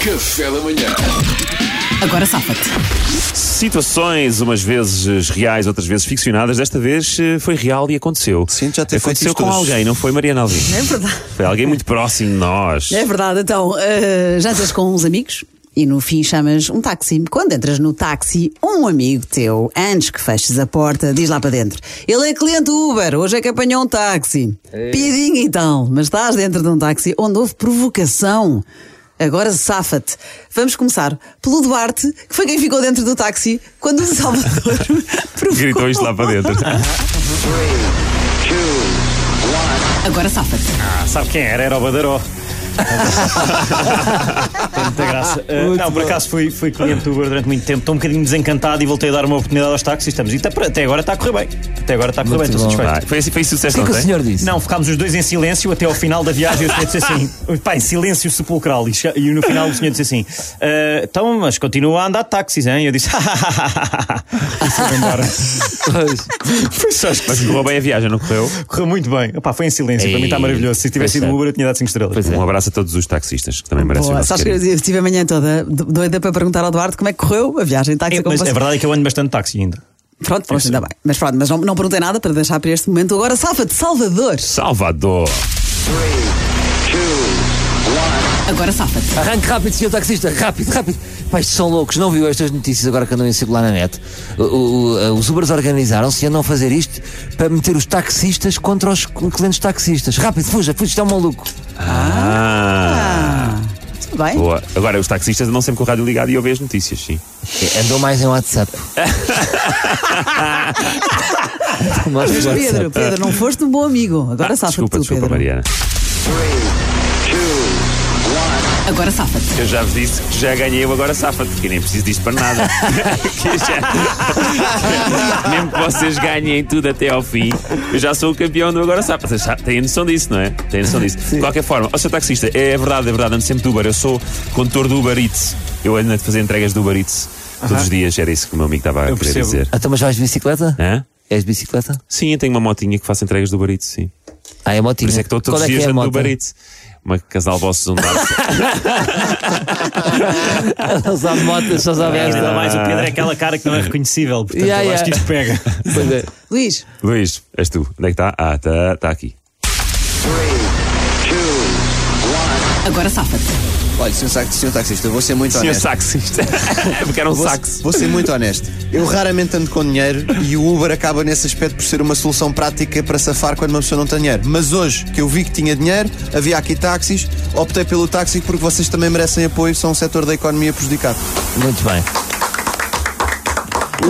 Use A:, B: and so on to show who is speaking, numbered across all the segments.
A: Café da manhã.
B: Agora safa-te.
C: Situações, umas vezes reais, outras vezes ficcionadas. Desta vez eh, foi real e aconteceu.
D: Sim, já ter feito
C: Aconteceu
D: isto
C: com
D: todos.
C: alguém, não foi, Mariana Alvim?
B: É verdade.
C: Foi alguém muito próximo de nós.
B: É verdade. Então, eh, já estás com uns amigos e no fim chamas um táxi. Quando entras no táxi, um amigo teu, antes que feches a porta, diz lá para dentro: Ele é cliente do Uber, hoje é que apanhou um táxi.
C: É.
B: Piadinha então, mas estás dentro de um táxi onde houve provocação. Agora safa-te. Vamos começar pelo Duarte, que foi quem ficou dentro do táxi quando o Salvador provocou.
C: Gritou isto lá para dentro.
B: Agora safa-te.
C: Ah, sabe quem era? Era o Badaró.
E: Muita graça. Ah, não, por acaso fui, fui cliente do Uber durante muito tempo, estou um bocadinho desencantado e voltei a dar uma oportunidade aos táxis. Estamos, e tá- até agora está a correr bem. Até agora está a correr bem, estou
C: Ah,
E: satisfeito.
C: foi, assim- foi isso que disseste
D: O que é que o
C: ontem?
D: senhor disse?
E: Não, ficámos os dois em silêncio até ao final da viagem. O senhor disse assim: pá, em silêncio sepulcral. E, che- e no final o senhor disse assim: "Ah, então, mas continua a andar de táxis, hein? E eu disse: "Ah, e foi embora. Foi só
C: Mas
E: esquisito.
C: correu bem a viagem, não correu?
E: Correu muito bem. Opá, foi em silêncio, para mim está
C: Ei,
E: maravilhoso. Se tivesse
C: pois
E: sido
C: é.
E: Uber, eu tinha dado 5 estrelas.
C: Um abraço a todos os taxistas que também merecem o
B: Boa.
C: nosso
B: Sabes que eu
C: carinho.
B: estive a manhã toda do- doida para perguntar ao Duarte como é que correu a viagem táxi.
E: É,
B: como
E: mas
B: você-
E: a verdade é que eu ando bastante de táxi ainda.
B: Pronto, pronto, ainda bem. Mas pronto, mas não, não perguntei nada para deixar para este momento. Agora safa-te, Salvador.
C: Salvador.
B: Agora safa-te.
D: Arranque rápido, senhor taxista, rápido, rápido. Pai, estes são loucos, não viu estas notícias agora que andam a circular na net? O- o- eh, os Ubers organizaram-se e andam a fazer isto para meter os taxistas contra os clientes taxistas. Rápido, fuja, fuja, isto é um maluco.
C: Ah,
B: Tudo bem?
C: Boa. Agora, os taxistas andam sempre com o rádio ligado e ouvem as notícias, sim.
D: É, Andou mais em WhatsApp. Andou mais
B: Mas
D: em
B: Pedro, Pedro, não foste um bom amigo. Agora
C: Ah,
B: safa-te
C: desculpa,
B: tu,
C: desculpa,
B: Pedro.
C: Mariana.
B: Agora safa-te.
C: Eu já vos disse que já ganhei eu agora safa-te, porque nem preciso disto para nada. Que já- Mesmo que vocês ganhem tudo até ao fim, eu já sou o campeão do agora safa. Vocês já têm noção disso, não é? Têm noção disso. De qualquer forma, ó, seu taxista, é, verdade, é verdade, ando sempre do Uber. Eu sou condutor do Uber Eats. Eu ando a fazer entregas do Uber Eats todos os dias, era isso que o meu amigo estava a
E: Eu
C: querer
E: percebo.
C: dizer.
D: Então, mas vais de bicicleta?
C: Hã?
D: És de bicicleta?
C: Sim, eu tenho uma motinha que faço entregas do Uber Eats, sim.
D: Ah, é motinho.
C: Por isso é que estou todos os
D: Qual é que
C: dias
D: é a
C: ando do
D: moto?
C: Uber Eats. Uma casal vossos um
D: Não sabe motas, só sabe
E: Mas Ainda
D: esta.
E: mais o Pedro é aquela cara que não é reconhecível, portanto
D: Yeah,
E: eu
D: yeah.
E: acho que isto pega.
D: Pois é.
B: Luís,
C: Luís, és tu. Onde é que está? Ah, está tá aqui.
B: agora safa-te.
F: Olha, senhor, sax- senhor taxista, eu vou ser muito
C: Senhor
F: honesto.
C: saxista. Porque era um
F: Vou-
C: sax.
F: Vou ser muito honesto. Eu raramente ando com dinheiro e o Uber acaba nesse aspecto por ser uma solução prática para safar quando uma pessoa não tem dinheiro. Mas hoje que eu vi que tinha dinheiro, havia aqui táxis, optei pelo táxi porque vocês também merecem apoio, são um setor da economia prejudicado.
D: Muito bem.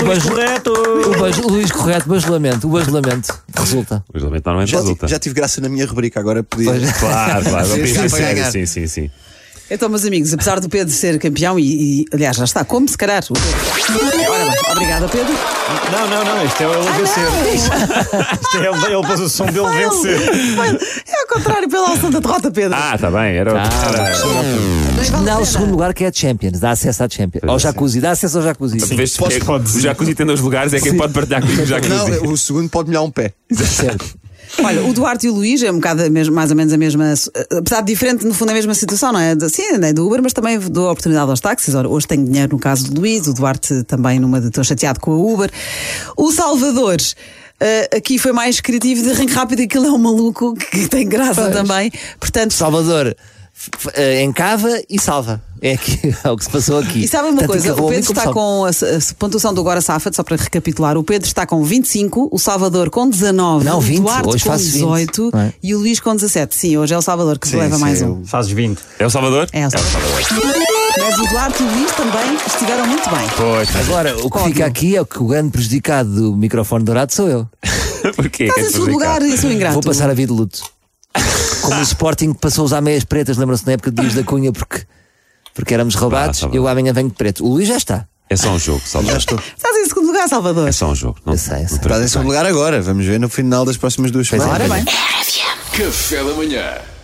D: O
E: Mas
D: bas-
E: correto!
D: o bas- Luís correto, bajulamento. O bajulamento resulta.
C: O isolamento normalmente
F: Já, ti-
C: resulta.
F: já tive graça na minha rubrica, agora podia.
D: Pois.
C: é
D: é.
C: Claro, claro. Sim,
F: Sim, sim, para
C: sim,
F: ganhar.
C: sim, sim, sim.
B: Então, meus amigos, apesar do Pedro ser campeão e, e, aliás, já está, como se calhar. o Pedro. Ora bem, obrigada, Pedro.
E: Não, não, não, isto é ele a vencer. Isto é ele, ele pôs o som dele vencer.
B: É ao contrário, pela alça da derrota, Pedro.
C: Ah, está bem. Era. era-
D: Não, o segundo lugar que é a Champions, dá acesso à Champions. Ao jacuzzi, dá acesso ao jacuzzi.
C: Vês,
E: posso-
C: é-
E: pode dizer.
C: o jacuzzi tem dois lugares, é quem pode partilhar comigo o jacuzzi.
F: Não, o segundo pode molhar um pé.
D: Certo.
B: Olha, o Duarte e o Luís é um bocado a mes- mais ou menos a mesma, apesar de diferente, no fundo, a mesma situação, não é? De- Sim, não é do Uber, mas também dou a oportunidade aos táxis. Ora, hoje tenho dinheiro no caso do Luís, o Duarte também numa de estou chateado com a Uber. O Salvador. eh, aqui foi mais criativo de arranque rápido, aquilo é um maluco que tem graça também. Portanto,
D: Salvador f- f- eh, encava e salva. É, aqui, é o que se passou aqui.
B: E sabe uma
D: Tanto
B: coisa,
D: encarrou
B: o
D: ali
B: Pedro
D: como
B: está
D: salva.
B: com a, a pontuação do Agora Safa, só para recapitular, o Pedro está com 25, o Salvador com 19,
D: Não, 20,
B: o Duarte
D: hoje
B: com
D: faço 20,
B: 18
D: não é?
B: e o Luís com 17. Sim, hoje é o Salvador que se
F: Sim,
B: leva
F: sim,
B: mais
F: eu-
B: um.
E: Fazes 20.
C: É o Salvador?
B: É o Salvador. Mas o Duarte e o Luís também estiveram muito bem.
C: Pois, mas
D: Agora, o que
B: Óbvio.
D: fica aqui é que o grande prejudicado do microfone dourado sou eu.
C: porquê? Que é
B: Estás em segundo
C: complicado.
B: lugar e sou ingrato.
D: Vou passar a vida de luto. Como o Sporting passou a usar meias pretas, lembram-se na época de Dias da Cunha, porque, porque éramos roubados,
C: Salvador.
D: eu amanhã venho de preto. O Luís já está.
C: É só um jogo, Salvador.
B: Estás em segundo lugar, Salvador.
C: É só um jogo. Não,
D: Eu sei,
C: não
D: eu sei.
C: te
F: um Estás em segundo lugar agora, vamos ver no final das próximas duas
D: Pois é.
F: semanas.
B: Ora bem.
A: Café da manhã.